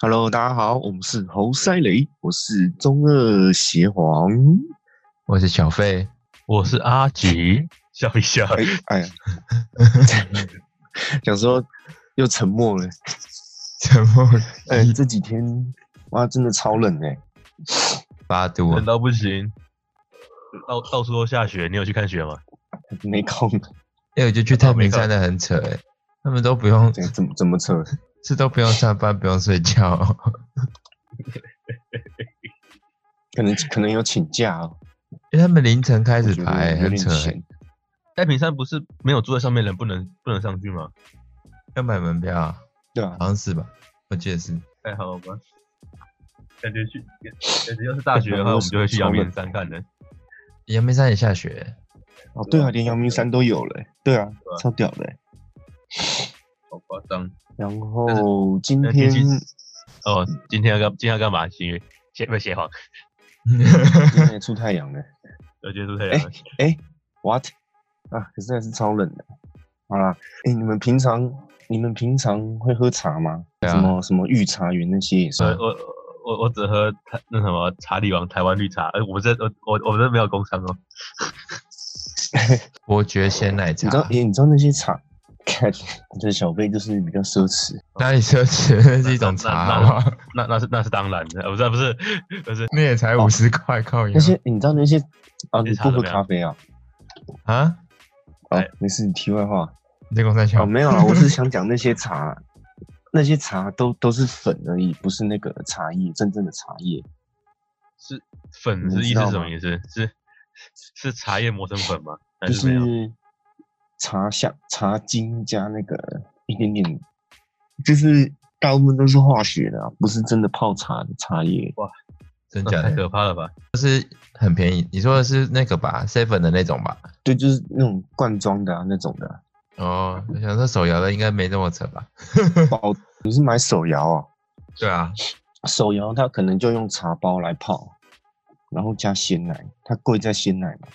Hello，大家好，我们是侯赛雷，我是中二邪皇。我是小费， 我是阿吉，笑一笑。哎哎呀，想说又沉默了。怎么哎、这几天哇，真的超冷哎、八度啊冷？到不行，到到处都下雪。你有去看雪吗？没空。哎、我觉得去太平山的很扯哎、他们都不用怎怎么怎么扯？是都不用上班，不用睡觉、 可能可能有请假哦、因为他们凌晨开始我觉得排、有很点扯、欸，闲。太平山不是没有住在上面的人不能不能上去吗？要买门票、啊，对啊，好像是吧？我记得是。太好了吧？感觉去，感觉要是大学的话，我们就会去阳明山看的。阳明山也下雪欸、哦对啊，连阳明山都有了、对啊对，啊超屌的、欸。好夸张然后今但是天其实哦！今天要干，今天要干嘛？因为写不写谎？欸 今天也出太阳了。要结束太阳了。哎、w h a t 啊，可是还是超冷的。好啦，哎、你们平常你们平常会喝茶吗？对啊什么什么御茶园那些也是我。我我我只喝台那什么茶里王台湾绿茶。哎，我这我我我这没有工伤哦。伯爵鲜奶你茶知，道，哎、你知道那些茶，看这小杯就是比较奢侈。嗯哪里奢侈？那是一种茶好不好？那那是那是当然的，呃不是不是不是那也才五十块，靠腰哦那些你知道那些啊，那你些不喝茶怎么样咖啡啊？啊！啊哎，没事，题外 话。你在公山哦，小没有啦，我是想讲那些茶，那些茶都都是粉而已，不是那个茶叶，真正的茶叶。是粉是你知意思道是什吗么意思？是是茶叶磨成粉吗？还就是怎样？是茶香、茶精加那个一点点，就是大部分都是化学的、啊，不是真的泡茶的茶叶。真那假太的可怕了吧！很便宜。你说的是那个吧，seven 的那种吧？对，就是那种罐装的啊，那种的啊、哦，我想说手摇的应该没那么扯吧？包。你是买手摇啊？对啊，手摇它可能就用茶包来泡，然后加鲜奶，它贵在鲜奶嘛。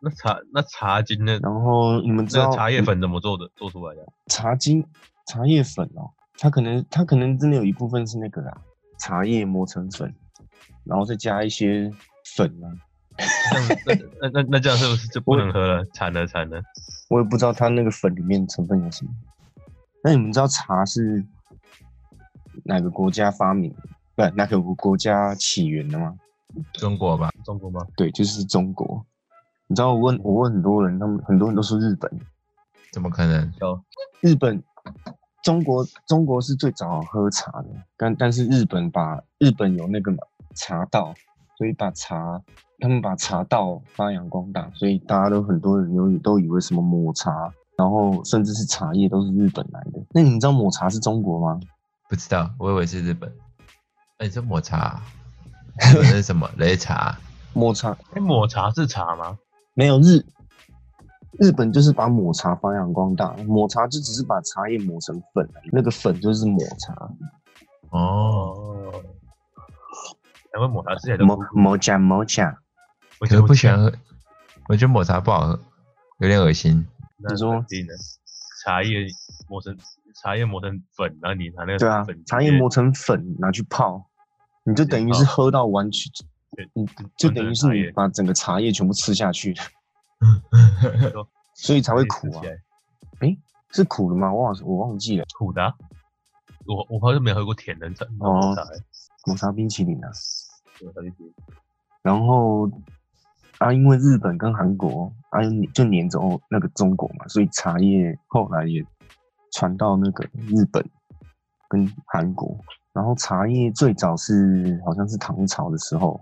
那茶那茶精那然后你们知那道嗯个茶叶粉怎么做的？做出来的？茶精、茶叶粉哦，它可能它可能真的有一部分是那个啦，茶叶磨成粉，然后再加一些粉啊，这样那那那那这样是不是就不能喝了？惨了惨了！我也不知道它那个粉里面成分有什么。那你们知道茶是哪个国家发明，不，哪个国家起源的吗？中国吧？中国吗？对，就是中国。你知道我问我问很多人，他们很多人都说日本，怎么可能？有日本，中国中国是最早喝茶的，但但是日本把日本有那个嘛茶道，所以把茶他们把茶道发扬光大，所以大家都很多人有都以为什么抹茶，然后甚至是茶叶都是日本来的。那你们知道抹茶是中国吗？不知道，我以为是日本。哎、这抹 茶啊，日本是什么？擂茶？抹茶哎，抹茶是茶吗？没有日。日本就是把抹茶发扬光大，抹茶就只是把茶叶磨成粉而已，那个粉就是抹茶，哦，哦，难怪抹茶吃起来都抹苦苦抹茶抹茶。我可是不喜欢喝，我觉得抹茶不好喝，有点恶心。那你说肯定的茶叶磨成茶叶磨成粉，然后你拿那个对啊粉，茶直叶接磨成粉拿去泡，你就直接等于是泡喝到完全，对你就完整等于的是茶你叶把整个茶叶全部吃下去， 说所以才会直接吃苦啊起。来是苦的吗？我忘我忘记了。苦的啊、我我好像没有喝过甜的茶，哦抹茶、欸，抹茶冰淇淋啊，抹茶冰淇淋然后啊，因为日本跟韩国啊就黏着欧那个中国嘛，所以茶叶后来也传到那个日本跟韩国。然后茶叶最早是好像是唐朝的时候，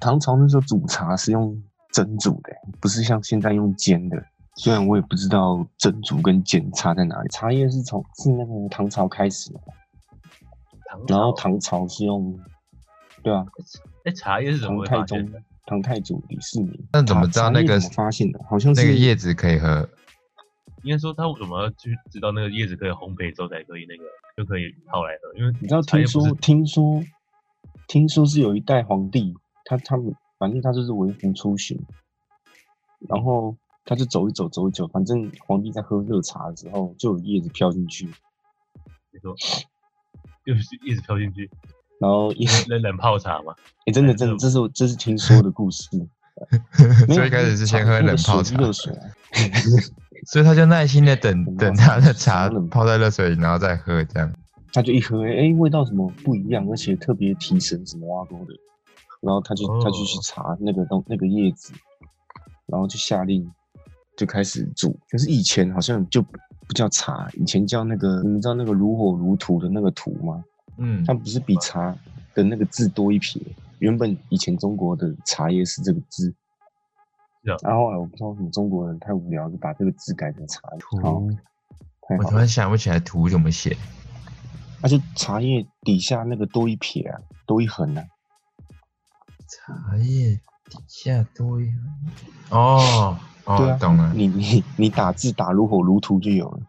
唐朝那时候煮茶是用蒸煮的、不是像现在用煎的。虽然我也不知道蒸煮跟煎差在哪里，茶叶是从是那个唐朝开始的，糖然后炒唐朝是用，对啊，哎、茶叶是怎唐么会太发现宗的？，唐太祖李世民。那怎么知道茶那茶个叶怎么发现的？好像是那个叶子可以喝？应该说他为什么要去知道那个叶子可以烘焙之后才可以那个就可以泡来喝？因为你知道，茶叶听不是说听说听说是有一代皇帝，他他们反正他就是微服出巡，然后他就走一走走一走，反正皇帝在喝热茶的时候，就有叶子飘进去，你说就是一直飘进去，然后 也、冷冷泡茶嘛。也真的真的，这是我这是听说的故 事。没有最开始是先喝冷泡茶那，个水热水啊，所以他就耐心的等等他的茶冷泡在热水里，然后再喝这样。他就一喝，哎、味道怎么不一样，而且特别提神，什么挖沟的。然后他就他就去哦查那个东那个叶子，然后就下令就开始煮。可是以前好像就不不叫茶，以前叫那个你们知道那个如火如荼的那个荼吗？嗯它，不是比茶的那个字多一撇？原本以前中国的茶叶是这个字，是啊然后后来我不知道为什么中国人太无聊，就把这个字改成茶叶。好，太我好突了，然想不起来图怎么写，而且啊茶叶底下那个多一撇啊，多一横啊，茶叶底下多一哦对哦啊，懂了，你你你打字打如火如荼就有了。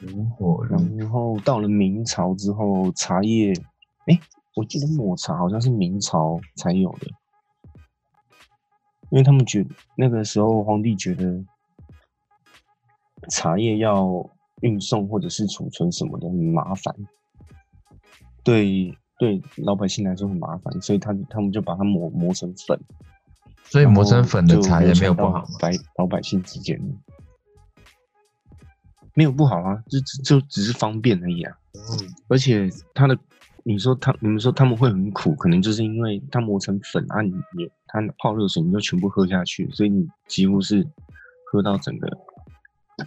如火如然后到了明朝之后，茶叶，哎，我记得抹茶好像是明朝才有的，因为他们觉那个时候皇帝觉得茶叶要运送或者是储存什么的很麻烦，对对老百姓来说很麻烦，所以他他们就把它磨磨成粉，所以然磨后成粉的就茶叶流没传有不到好嘛？百老百姓之间没有不好啊，就只就只是方便而已啊。嗯而且它的，你说它，你们说他们会很苦，可能就是因为它磨成粉啊，你你它泡热水你就全部喝下去，所以你几乎是喝到整个。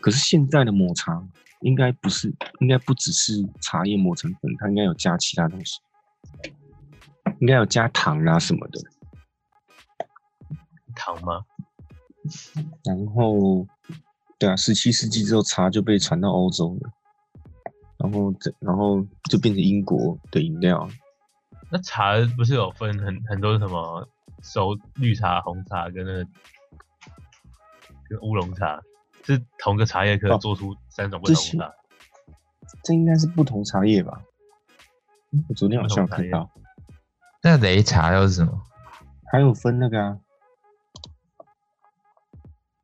可是现在的抹茶应该不是，应该不只是茶叶磨成粉，它应该有加其他东西，应该有加糖啊什么的。糖吗？然后，对啊，十七世纪之后，茶就被传到欧洲了，然后这然后就变成英国的饮料。那茶不是有分很很多什么熟绿茶、红茶跟那个跟乌龙茶，是同个茶叶可以哦做出三种不同的茶。这应该是不同茶叶吧？我昨天好像有不同茶看叶到，那擂茶又是什么？还有分那个啊，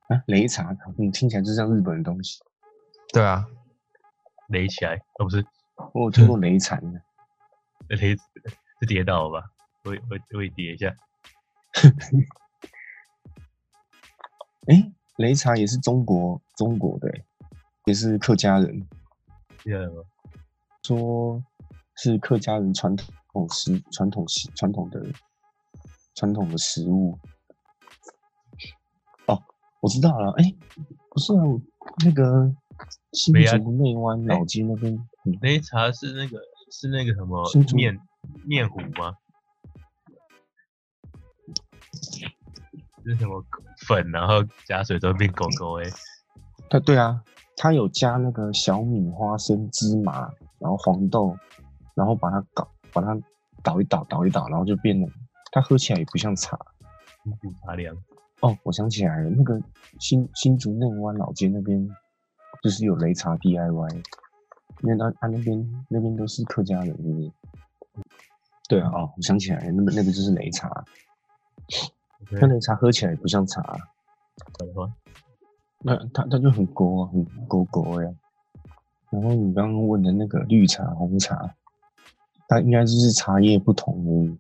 啊擂茶，你听起来就像日本的东西。对啊，垒起来，哦不是我有听嗯过擂茶的，垒是跌倒了吧？我也我也我也跌一下，哎、擂茶也是中国中国的、欸，也是客家人，记得吗？说是客家人传统食传统食传统的传统的食物。哦，我知道了，哎、不是啊，我那个新没啊竹内湾老街那边，嗯擂茶是那个是那个什么新竹面面糊吗？是什么粉，然后加水之后变狗狗哎、它对啊，它有加那个小米、花生、芝麻，然后黄豆，然后把它搞把它捣一捣，捣一捣，然后就变了。它喝起来也不像茶五谷杂粮。哦，我想起来了，那个新新竹内湾老街那边，就是有擂茶 DIY，因为他他那边那边都是客家人，是不是？对啊，哦，我想起来了，那个那个就是擂茶，那擂茶喝起来也不像茶，然后那它它就很勾啊，很勾勾呀、然后你刚刚问的那个绿茶、红茶，它应该就是茶叶不同的。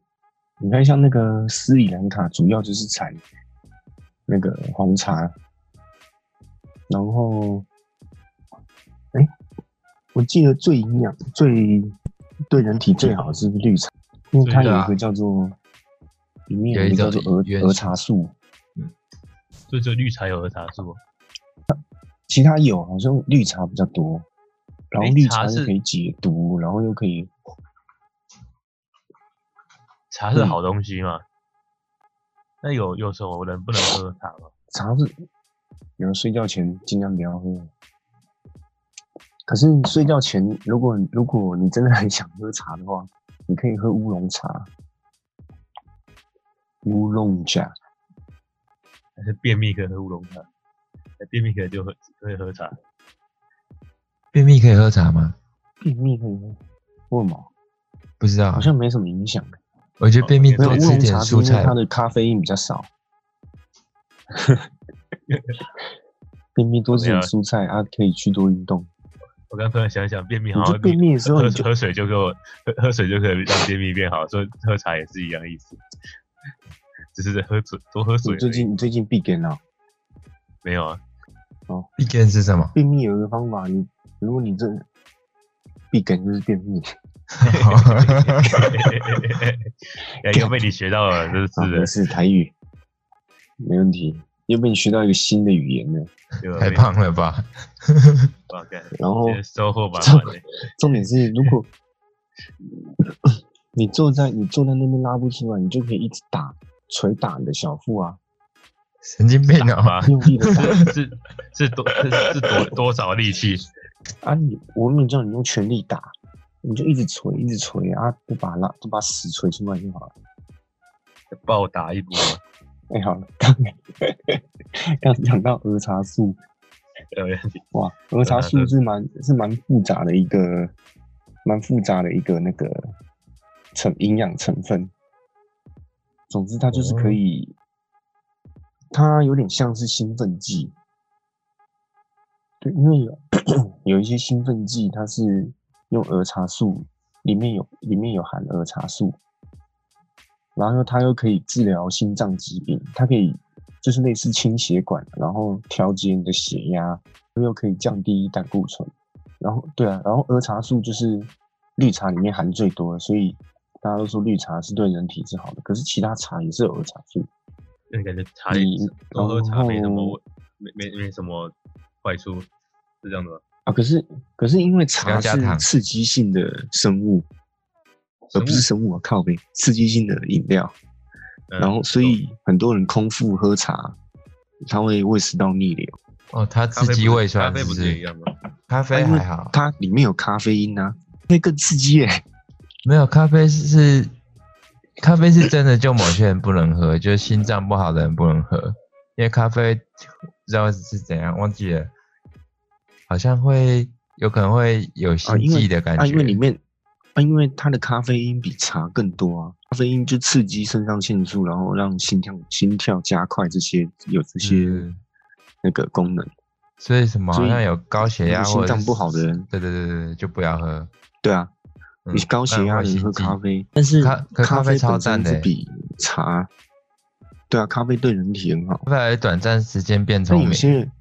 你看，像那个斯里兰卡，主要就是产那个红茶，然后，哎、我记得最营养、最对人体最好的是绿茶，因为它有一个叫做里面啊有一个叫做有一儿种儿茶素，就只有绿茶有儿茶哦素，其他有好像绿茶比较多，然后哎绿茶茶又是可以解毒，然后又可以茶是嗯好东西嘛？那有有时候人不能喝茶吗？茶是，有人睡觉前尽量不要喝。可是睡觉前，如果如果你真的很想喝茶的话，你可以喝乌龙茶，乌龙茶。还是便秘可以喝乌龙茶？便秘可以就喝可以喝茶，便秘可以喝茶吗？便秘可以喝，为什么？不知道好，像没什么影响。我觉得便秘没有多乌吃龙点茶，蔬因为菜它。的咖啡因比较 少。便秘多吃点蔬菜啊，可以去多运动。我刚突然想一想，便秘你好就像便秘的时候喝你就喝水就够，喝喝水就可以让便秘变好，所以喝茶也是一样意思，只是在喝水多喝你水而已。最近你最近闭眼了，没有啊？意见是什 么？便秘有一个方法，你如果你真的闭眼就是便秘，哎又被你学到了，真啊，没事，是台语没问题，又被你学到一个新的语言了。的，哦 太胖了吧？了，干然后这收获满满的。重点是，如果你坐在你坐在那边拉不出来，你就可以一直打捶打你的小腹啊，神经病啊！吧用力的打是是是多是是多多少力气？啊你！我没有叫你用全力打，你就一直捶，一直捶啊，就把它拉就把屎捶出来就好了。暴打一波啊嘛，哎、好了，刚 刚讲到儿茶素，对不对？啊哇，儿茶素是蛮是蛮复杂的一个，蛮复杂的一个那个成营养成分。总之，它就是可以，它有点像是兴奋剂。对，因为有 有一些兴奋剂，它是用儿茶素，里面有里面有含儿茶素，然后它又可以治疗心脏疾病，它可以就是类似清血管，然后调节你的血压，又可以降低胆固醇。然后对啊，然后儿茶素就是绿茶里面含最多的，所以大家都说绿茶是对人体是好的。可是其他茶也是有儿茶素，那感觉茶也你多喝茶没什然后么没没没什么坏处，是这样的吗？啊，可是可是因为不茶要加糖是刺激性的生物，而生物不是生物啊，靠背刺激性的饮料，嗯然后所以很多人空腹喝茶，它会胃食道逆流，哦，他咖自啡不己是胃咖酸啡是不不是啊也一是？样吗？咖啡因为还好，它里面有咖啡因啊，那更刺激耶、没有咖啡是咖啡是真的，就某些人不能喝，就是心脏不好的人不能喝，因为咖啡不知道是怎样，忘记了，好像会有可能会有心因为悸的感觉。啊，因为里面啊，因为它的咖啡因比茶更多啊，咖啡因就刺激肾上腺素，然后让心跳心跳加快这些有这些嗯那个功能。所以什么所好以像有高血压如果或心者脏是不好的人对对对对对，就不要喝。对啊，嗯你高血压不然会人心喝悸咖啡，但是咖可嗯咖啡啡超本赞身的是欸比茶，对啊，咖啡对人体很好。后来短暂时间变但聪有些明，人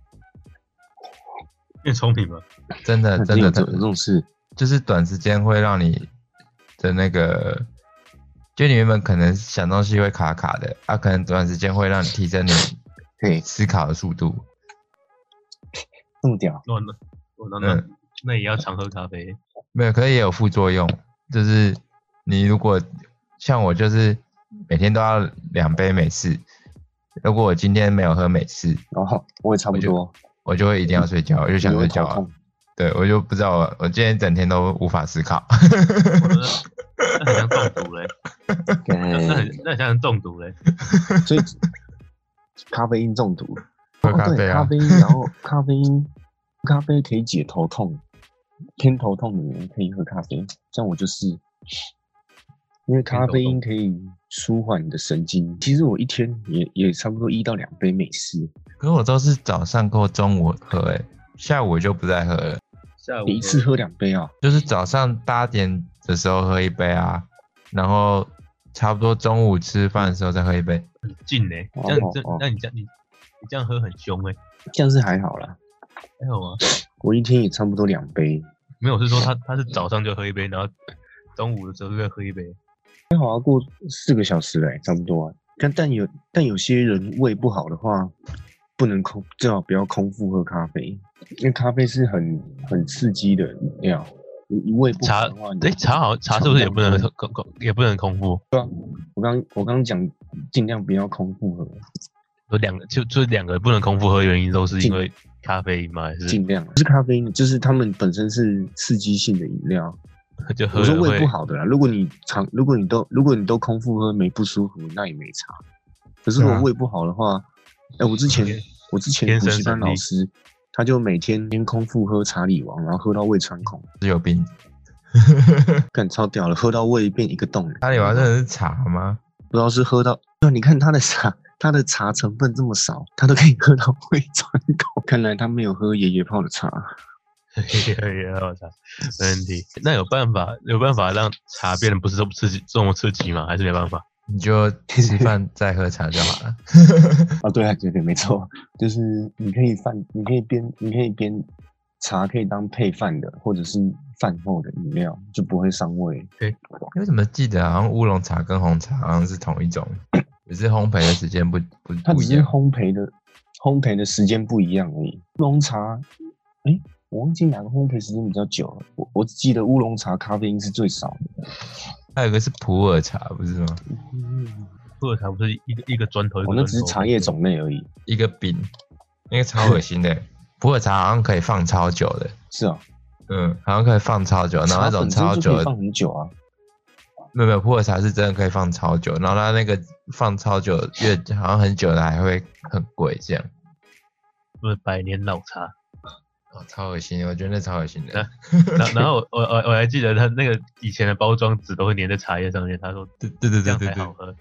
变聪明吗？真的真真有的这真有这的种事，就是短时间会让你的那个，就你原本可能想东西会卡卡的，啊，可能短时间会让你提升你嘿，思考的速度。这么屌，那那我那那那也要常喝咖啡，没有，可是也有副作用，就是你如果像我，就是每天都要两杯美式，如果我今天没有喝美式，然后哦我也差不我就多，我就会一定要睡觉，我就想你会睡觉头啊痛。。对，我就不知道我我今天一整天都无法 思考。我那那很像中毒嘞，那 那很对，那很像中毒嘞，所以咖啡因中毒。喝哦咖啡对啊咖，啡因，然后咖啡因，咖啡可以解头痛，偏头痛的人可以喝咖啡，像我就是，因为咖啡因可以舒缓你的神经。其实我一天也也差不多一到两杯美式，可是我都是早上或中午喝、欸，下午我就不再喝了。下午你一次喝两杯啊？就是早上八点的时候喝一杯啊，然后差不多中午吃饭的时候再喝一杯。很近嘞，哦这样这哦哦那你这样你你这样喝很凶哎，这样是还好啦，还好吗？我一天也差不多两杯，没有，我是说他他是早上就喝一杯，然后中午的时候再喝一杯，还好啊，过四个小时嘞、差不多啊。但但有但有些人胃不好的话，不能空，最好不要空腹喝咖啡，因为咖啡是很很刺激的饮料。你你胃不好茶的话，你哎茶好茶是不是也不能空空也不能空腹？我刚我刚讲尽量不要空腹喝，有两个就就两个不能空腹喝，原因都是因尽为咖啡因吗？还是尽量不是咖啡因，就是它们本身是刺激性的饮料。就喝我说了胃会不好的啦，如果你常如果你都如果你都空腹喝没不舒服，那也没差。可是如对啊果胃不好的话，哎、我之前天我之前天补生习班神力老师，他就每天天空腹喝茶里王，然后喝到胃穿孔，是有病？干超屌了，喝到胃变一个洞了。咖喱王真的是茶吗？不知道是喝到，那你看他的茶，他的茶成分这么少，他都可以喝到胃穿孔，看来他没有喝爷爷泡的茶。 可以很好茶，没问题。那有办法有办法让茶变得不是这么刺激这么刺激吗？还是没办法？你就吃饭再喝茶就 好了。啊，对啊，对对，没错，就是你可以饭，你可以边，你可以边茶可以当配饭的，或者是饭后的饮料，就不会伤胃。你为什么记得好像乌龙茶跟红茶好像是同 一种，只是烘焙的时间不不它不只一是样？烘焙的烘焙的时间不一样而已。乌龙茶，哎、我忘记哪个烘焙时间比较久了。我我只记得乌龙茶咖啡因是最少的。还有一个是普洱茶，不是吗？嗯普洱茶不是一个一个砖头一个我、砖头，那只是茶叶种类而已。一个饼，那个超恶心的。普洱茶好像可以放超久的，是啊，嗯，好像可以放超久，然后茶那种本超身就久可以的放很久啊。没有没有，普洱茶是真的可以放超久，然后它那个放超久越好像很久的还会很贵这样，不是百年老茶。哦，超恶心，我觉得那超恶心的啊。然然后我我我我还记得他那个以前的包装纸都会粘在茶叶上面，他说对对对这对样对才对好。喝。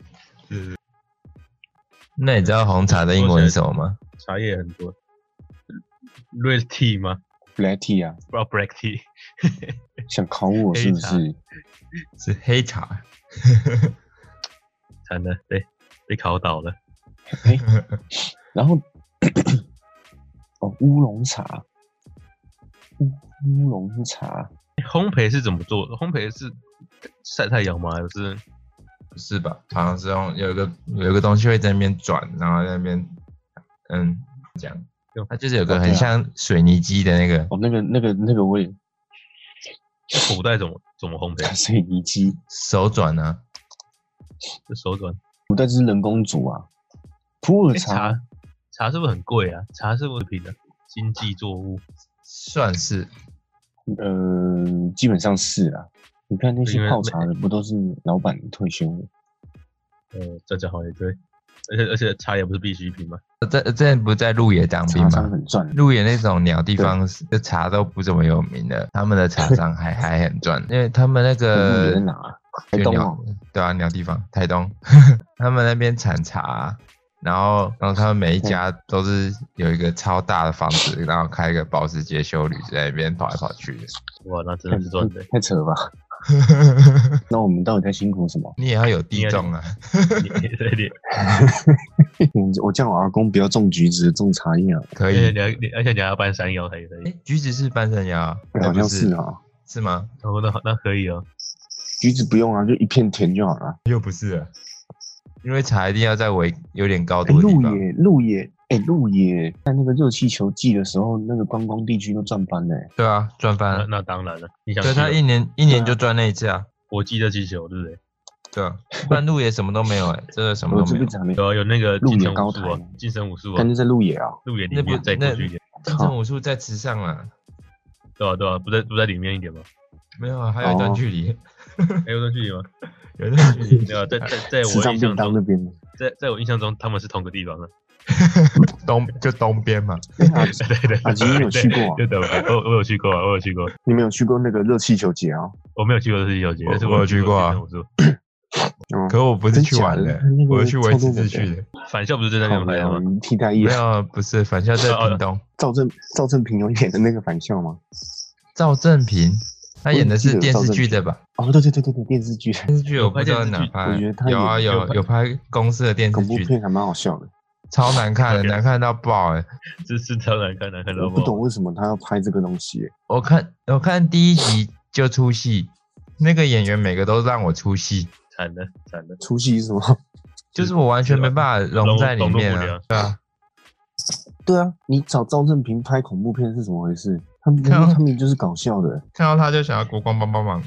那你知道红茶的英文是什么吗？茶叶很多，red tea 吗？ black tea 啊，不知道 black tea 想考我是不是？是黑茶。惨了，被被考倒了。然后，哦，乌龙茶，乌乌龙茶，烘焙是怎么做的？烘焙是晒太阳吗？还是不是吧？好像是用有一个有一个东西会在那边转，然后在那边嗯这样用，它就是有个哦很对啊像水泥机的那个，哦，那个那个那个我也古代怎么怎么烘 焙？水泥机，手转啊，就手转。古代就是人工煮啊。普洱欸茶，茶茶是不是很贵啊？茶是不是平的经济作物？算是呃，基本上是啦、你看那因为些泡每茶的，不都是老板退休的？呃，这样讲好像也对。而且而且茶也不是必需品嘛。呃在之前不是在鹿野当兵茶吗商？很赚，鹿野那种鸟地方是，就茶都不怎么有名的，他们的茶商还还很 赚，因为他们那呃，个在哪啊？台就东鸟哦，对啊，鸟地方台东， 他们那边产茶，然后然后他们每一家都是有一个超大的房 子，然后开一个保时捷修旅在那边跑来跑去的。哇，那真太的 是赚的 。太扯了吧？那我们到底在辛苦什么？ 你也要有地种啊，你你嗯我叫我阿公不要种橘子，种茶叶啊，可而且以你。要你而且你还要搬山腰才可哎以。，橘子是半山腰啊，哎好像不是是，啊。是吗？哦，那那可以哦。橘子不用啊，就一片田就好了。又不是了，因为茶一定要在围有点高哎，度的地鹿方。野，鹿野，哎，鹿野，在那个热气球季的时候，那个观光地区都赚翻了欸。对啊，赚翻那了。那当然了，你想对他去一啊年一年就赚那一次啊，国际热气球对不对？对啊，不然鹿野什么都没有哎，真的什么我都这没有辈。子还没，有啊有那个鹿金野城武高术啊台，金城武术啊但，是在鹿野啊，路演里那不面再过那去一点，金城武术在池上啊，对吧、对吧、啊不在不在里面一点 吗？没有啊，还有哦一段距离，还有段距离吗？有一段距离。没有啊，在在在吃我上印便象当那中，边。在在我印象中他们是同个地方的。 啊东就东边嘛，啊对对对，啊其实你有去过啊对对，对我我有去过啊，我有去过，你们有去过那个热气球节啊？我没有去过热气球节，我但是我有有去过啊金城武术嗯，可我不是去玩真的假的那，个我是去维超持多秩的序的。返校不是就在那好边拍的聊吗？替代役没啊，有，不是返校在屏东，赵正赵正平有演的那个返校吗？赵正平，他演的我是记得电有赵视正剧的吧？哦，对对对对对，电视剧电视剧我不知道有拍电视哪剧拍我觉得，他有啊有有有拍有拍公司的电视恐怖剧，片还蛮好笑的，超难看 的， Okay 难看到爆哎！是是超难看难看到我不懂为什么他要拍这个东西欸。我看我看第一集就出戏，那个演员每个都让我出戏，惨的惨的，出戏是什么？ 就是我完全没办法融在里面融融入不啊了。对啊，对啊，你找赵正平拍恐怖片是怎么回事？他们他看们到他们就是搞笑的，看到他就想要国光帮帮忙。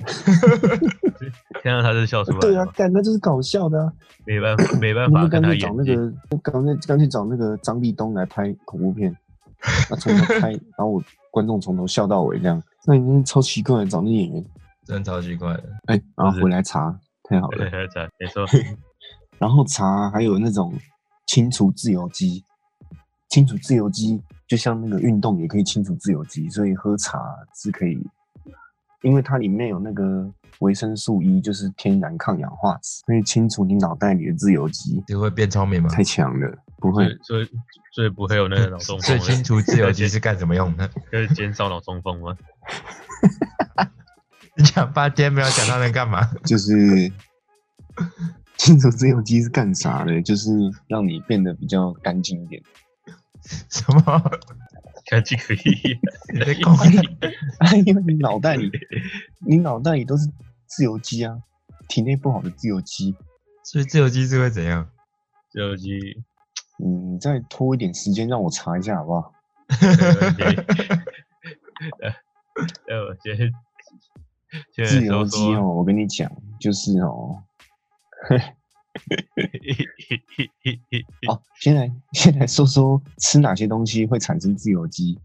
看到他是笑出来对啊了嘛，，干那就是搞笑的啊！ 没办法没办你法们看干他脆找演那技，个，干脆干脆找那个张立东来拍恐怖 片，啊，从头拍，然后我观众从头笑到尾这样，那你真是超奇怪的，找那演员，真的超奇怪的。哎、然后是回来查，太好了对。对 惨没 错，然后茶还有那种清除自由基，清除自由基就像那个运动也可以清除自由基，所以喝茶是可以，因为它里面有那个维生素 E，就是天然抗氧化质，所以清除你脑袋里的自由基，你会变聪明吗？太强了。不所会以，所以所以不会有那个脑中风最了， 清除自由基是干什么用的？可以减少脑中风吗？你 讲半天没有讲它能干嘛？ 就是 清除自由基是干啥的？就是让你变得比较干净一点。什 么？看这个意义， 你在公干？啊，因为你脑袋里，你脑袋里都是自由基啊，体内不好的自由基，所以自由基是会怎样？自由基嗯，你再拖一点时间让我查一下好不好？没问题。 呃，我先现在自由说基说哦，我跟你讲，就是哦，哦，先来先来说说吃哪些东西会产生自由基，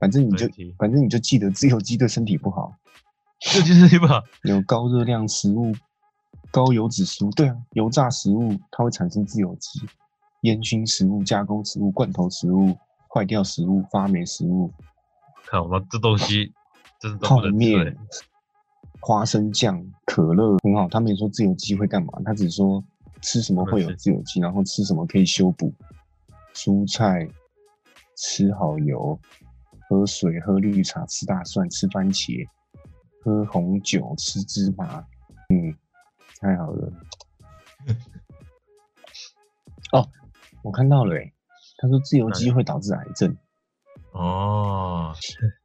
反正你就问题反正你就记得自由基对身体不好，这就是 吧？有高热量食物、高油脂食物，对啊，油炸食物它会产生自由基，烟熏食物、加工食物、罐头食物、坏掉食物、发霉食物、看我们这东西真的都泡不能吃面、花生酱、可乐很好。他没说自由基会干嘛，他只说吃什么会有自由基，然后吃什么可以修补。蔬菜、吃好油、喝水、喝绿茶、吃大蒜、吃番茄、喝红酒、吃芝麻。嗯，太好了。哦，我看到了、欸，他说自由基会导致癌症。哦，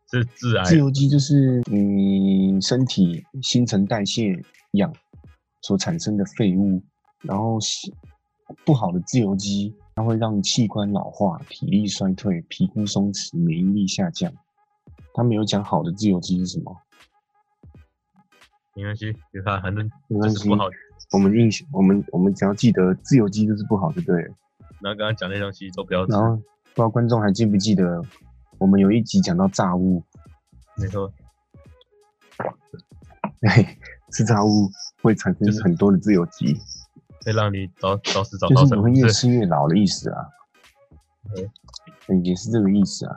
这致癌自由基就是你身体新陈代谢氧所产生的废物，然后是不好的自由基，它会让器官老化、体力衰退、皮肤松弛、免疫力下降。他没有讲好的自由基是什么，没关系，你看反正没就关是系不，好。我们印象我们我们只要记得自由基就是不好就对了。然后刚刚讲那些东西都不要吃然，后不知道观众还记不记得，我们有一集讲到炸物， 没错，嘿，吃炸物会产生就是很多的自由基，会让你早早死早就到是什你么会？越是吃越老的意思啊。对嗯，也是这个意思啊。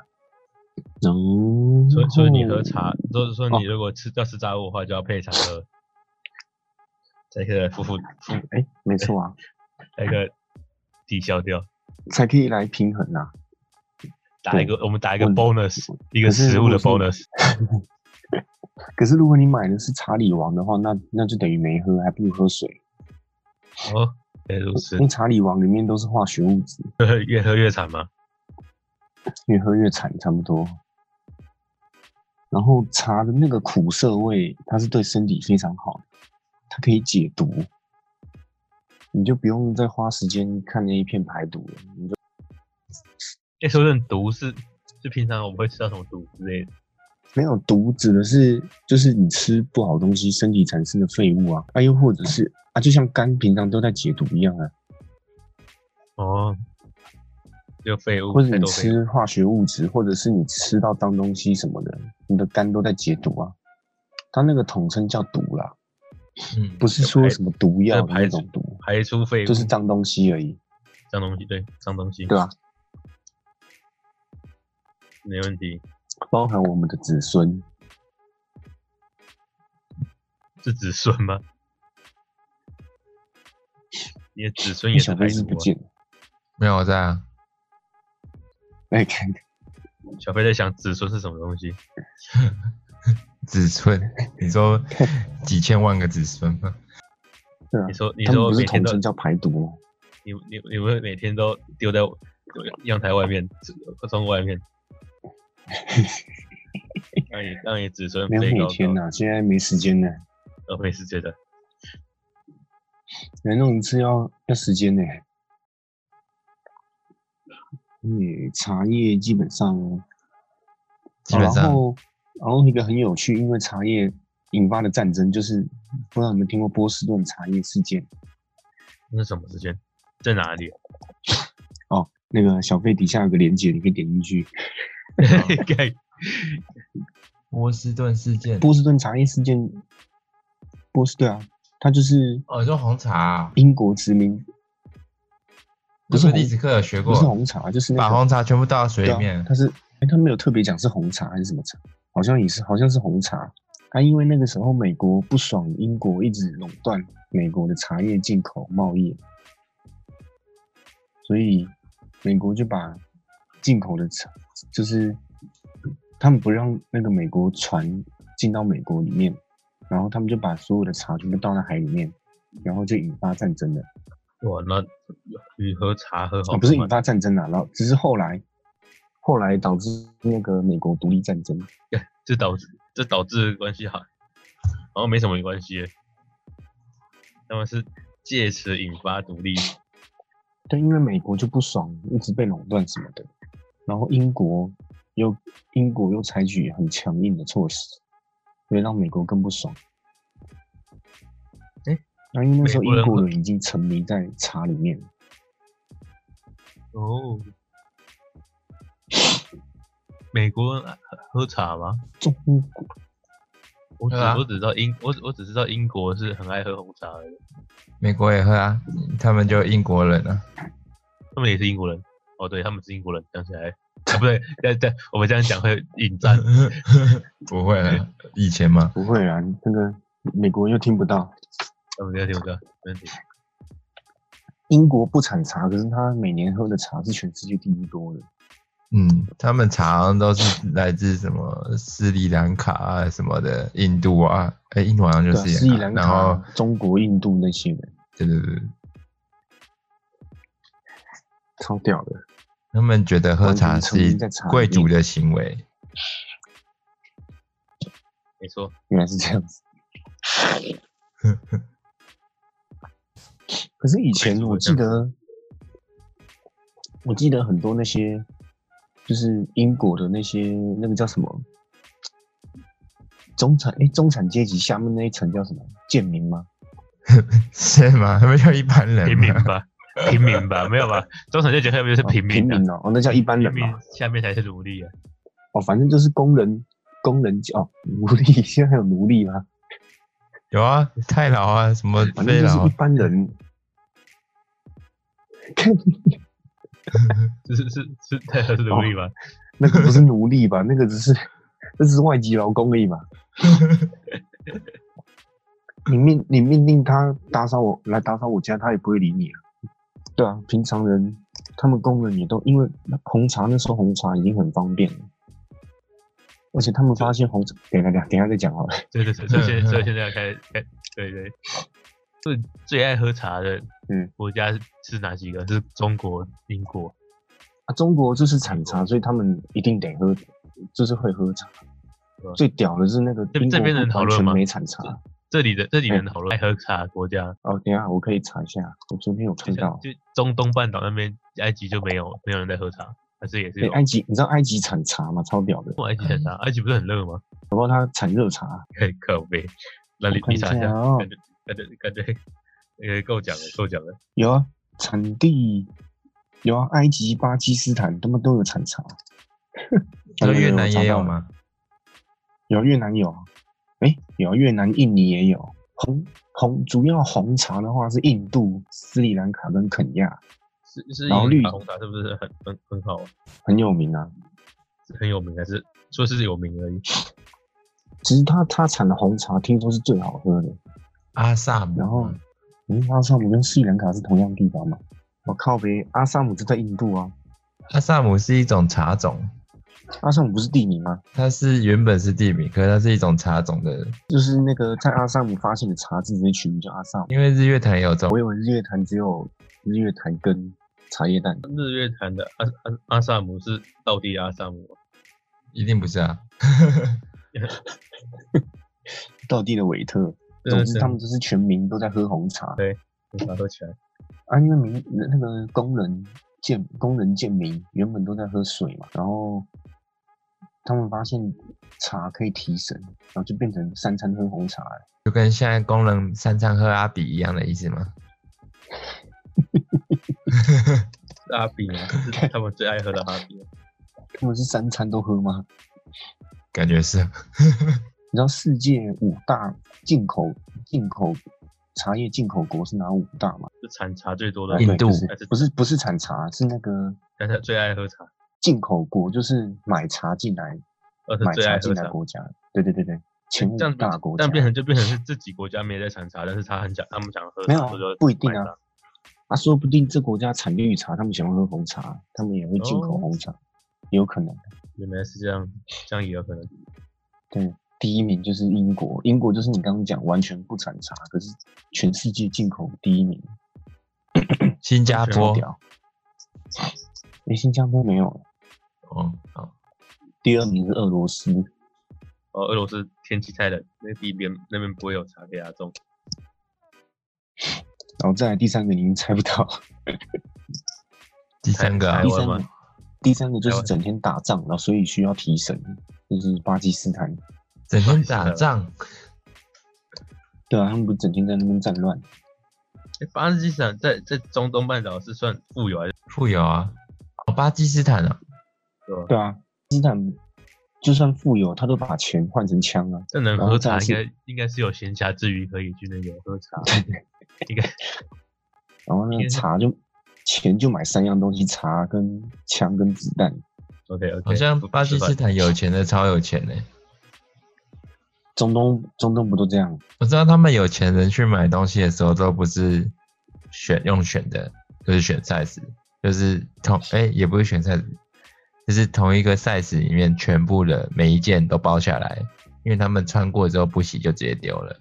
然所以后，所以你喝茶，就是说哦你如果吃要吃炸物的话，就要配茶喝，才可以负负负哎、没错啊，那个抵消掉。才可以来平衡啊。打一个，我们打一个嗯 bonus，一个可是食物的如果是 bonus，可是如果你买的是查理王的话，那那就等于没喝，还不如喝水。哦，原来如此因，为查理王里面都是化学物质，越喝越惨嘛。越喝越惨，差不多。然后茶的那个苦涩味，它是对身体非常好的，它可以解毒，你就不用再花时间看那一片排毒了。你就哎，说认毒是，就平常我们会吃到什么毒之类的？没有毒指的是就是你吃不好东西，身体产生的废物啊，啊又或者是啊，就像肝平常都在解毒一样啊，哦，就废物，或者太你多废物。吃化学物质，或者是你吃到脏东西什么的，你的肝都在解毒啊。它那个统称叫毒啦，嗯，不是说什么毒药的那种毒，排出废物，就是脏东西而已，脏东西，对，脏东西，对啊吧、没问题。包含我们的子孙，是子孙吗？你的子孙一也是小辈排毒是啊不。见了。没有我在啊。哎，看小飞在想子孙是什么东西？子孙，你说几千万个子孙吗？对啊你，说，你他们说不是每天统都称叫排毒哦吗？你你你们每天都丢在阳台外面，从外 面，让你让你子孙没有飞每高天高，呐、现在没时间呢、我每次觉得来弄一次要要时间呢、嗯，茶叶基本上，基本然上后然后一个很有趣，因为茶叶引发的战争，就是不知道你们听过波士顿茶叶事件那是什么时间，在哪里？啊哦。那个小费底下有个链接，你可以点进去。哦 该波士顿事件，波士顿茶叶事件，波士对啊，它就是哦，你说红茶啊、英国殖民，不是那红历史课有学不是过，红茶，就是那把个红茶全部倒到水对里啊面，它是，哎、它没有特别讲是红茶还是什么茶，好像也是，好像是红茶。啊，因为那个时候美国不爽英国一直垄断美国的茶叶进口贸易，所以美国就把进口的茶，就是他们不让那个美国船进到美国里面，然后他们就把所有的茶全部倒到海里面，然后就引发战争了。哇，那你喝茶喝好、啊，不是引发战争啊，然后只是后来后来导致那个美国独立战争。这导致这导致关系好，好像没什么关系耶。他们是借此引发独立，对，因为美国就不爽，一直被垄断什么的，然后英国又英国又采取很强硬的措施，所以让美国更不爽。诶那因为那时候美国英人国会人已经沉迷在茶里面了，哦。美国人喝茶吗？中国我只、对啊我只知道英，我只我只知道英国是很爱喝红茶的，美国也喝啊，他们就英国人 啊，他们也是英国人。哦，对，他们是英国人，想起来，啊，不对，对对，我们这样讲会引战。不会了，以前嘛，不会啊，那个美国又听不到。我们这个听不到，没问题。英国不产茶，可是他每年喝的茶是全世界第一多的。嗯，他们茶好像都是来自什么斯里兰卡啊什么的，印度啊，哎、印度好像就对啊，是斯里兰然后卡、中国、印度那些人，对对对，对超屌的。他们觉得喝茶完全沉是迷一在茶里贵面族的行为， 没错，原来是这样子。可是以前我记得，我记得很多那些，就是英国的那些那个叫什么中产哎、中产阶级下面那一层叫什么贱民吗？是吗？他们就一般人啊平嘛民，吧，平民吧，没有吧？中产阶级下面是平民平的、民哦、哦那叫一般平人民嘛。下面才是奴隶啊。哦，反正就是工人工人阶哦奴隶， 现在还有奴隶吗？有啊，太老啊，什么反飞正就老是一啊，般人。看是是是是，太是奴隶吧？哦那个不是奴隶吧？那个只是， 那只是外籍劳工而已 吧？你命你命令他打扫我来打扫我家，他也不会理你啊。对啊，平常人他们工人也都因为红茶那时候红茶已经很方便了，而且他们发现红茶，等一下等一下等一下再讲好了。对对对，所以现嗯在所以现在要开始开，对对，最最爱喝茶的嗯国家是是哪几个？是中国、英国。啊，中国就是产茶，所以他们一定得喝，就是会喝茶对啊。最屌的是那个这英国这边能讨完论全吗没产茶。这里的这里嗯人讨论爱喝茶的国家，哦，等一下我可以查一下，我昨天有就看到像。就中东半岛那边，埃及就没有没有人在喝茶，但是也是对，有。哎埃嗯及，你知道埃及产茶吗？超屌的，哇埃及很茶，埃及不是很热吗？搞不好它产热茶。可以可悲，那你我看你一查一下，下哦感觉感觉感觉，呃，够讲了，够讲了。有啊，产地有啊，埃及、巴基斯坦他们都有产茶。你说越南也我查到有了？吗？有啊越南有啊，哎、有啊越南、印尼也有。红红主要红茶的话是印度、斯里兰卡跟肯亚是是然后印绿尼红茶是不是很很很好啊？很有名啊。是很有名还是说是有名而已？其实它它产的红茶听说是最好喝的。阿萨姆然后吗，嗯，阿萨姆跟斯里兰卡是同样地方嘛？我靠呗，阿萨姆就在印度啊。阿萨姆是一种茶种，阿萨姆不是地名吗？它是原本是地名，可是它是一种茶种的，就是那个在阿萨姆发现的茶字，直接取名叫阿萨姆。因为日月潭也有种我。以为日月潭只有日月潭跟茶叶蛋，日月潭的阿阿阿萨姆是道地阿萨姆吗，一定不是啊。道地的韦特。真总的之，是他们就是全民都在喝红茶对红茶喝起来，啊，因为民那个工人建工人建民原本都在喝水嘛，然后他们发现茶可以提神，然后就变成三餐喝红茶了。就跟现在工人三餐喝阿比一样的意思吗？ 是阿 比吗？是他们最爱喝的阿比吗。他们是三餐都喝吗？感觉是，你知道世界五大进口进口茶叶进口国是哪五大吗？啊是产茶最多的，印对度就是不是不是产茶，是那个但是最爱喝茶，进口国，就是买茶进来，而是买呃最爱茶进喝来茶。国家。对对对对，前五这样大国但家。变成就变成是自己国家没有在产茶，但是他很想他们想喝，没有啊所以就不一定买啊茶。啊，说不定这国家产绿茶，他们想要喝红茶，他们也会进口哦红茶，也有可能。原来是这样，这样也有可能。对，第一名就是英国，英国就是你刚刚讲完全不产茶，可是全世界进口第一名，新加是坡很，屌。诶，新加坡没有，哦，好，第二名是俄罗斯，哦，俄罗斯天气太冷，那地边那边不会有茶给他种。然后再来第三个你们猜不到，第三个啊台第湾三吗个，第三个就是台湾整天打仗，然后所以需要提神，就是巴基斯坦。整天打仗，对啊，他们不是整天在那边战乱，诶哎巴基斯坦在在中东半岛是算富有还是富有啊，哦，巴基斯坦啊，对啊，斯坦就算富有，他都把钱换成枪啊。这能然后喝再茶来应是该应该是有闲暇之余可以去那个喝茶，应该然后那个天哪茶就钱就买三样东西，茶跟枪跟子弹。 OK OK。好像巴基斯坦有钱的超有钱呢、中东中东不都这样？我知道他们有钱人去买东西的时候都不是选用选的，就是选 size，就是同哎、也不是选 size，就是同一个 size 里面全部的每一件都包下来，因为他们穿过之后不洗就直接丢了。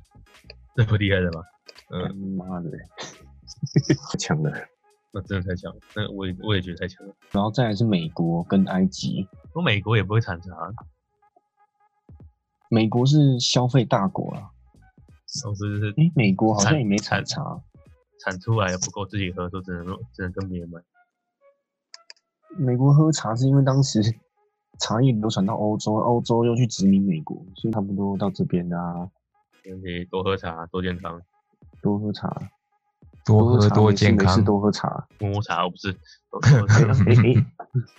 这么厉害的吗？ 嗯，嗯，妈的，太强了。那真的太强了，那我也我也觉得太强了。然后再来是美国跟埃及，我美国也不会产茶，啊美国是消费大国啊。总之是嗯诶，美国好像产也没产产茶，产出来也不够自己喝，都只能只能跟别人买。美国喝茶是因为当时茶叶流传到欧洲，欧洲又去殖民美国，所以差不多到这边啊，所以多喝茶，多健康，多喝茶，多喝茶多没事健没事康，多喝茶。摸摸茶，我不是。多多喝茶哎哎，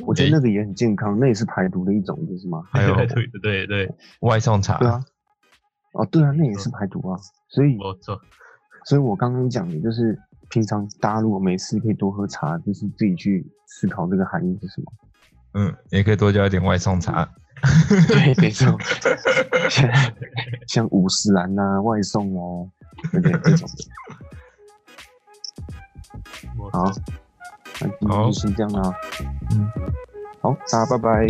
我觉得那个也很健康，那也是排毒的一种，不是吗？ 还有 对对对对，外送茶。对啊，哦对啊，那也是排毒啊。所以，我错。所以我刚刚讲的就是，平常大家如果没事可以多喝茶，就是自己去思考这个含义是什么。嗯，也可以多加一点外送嗯茶。对，没错。 像像五十兰呐、外送哦，对不对？这种的。我好，那今天就好先这样啦。嗯，好，大家拜拜。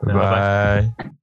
拜拜拜。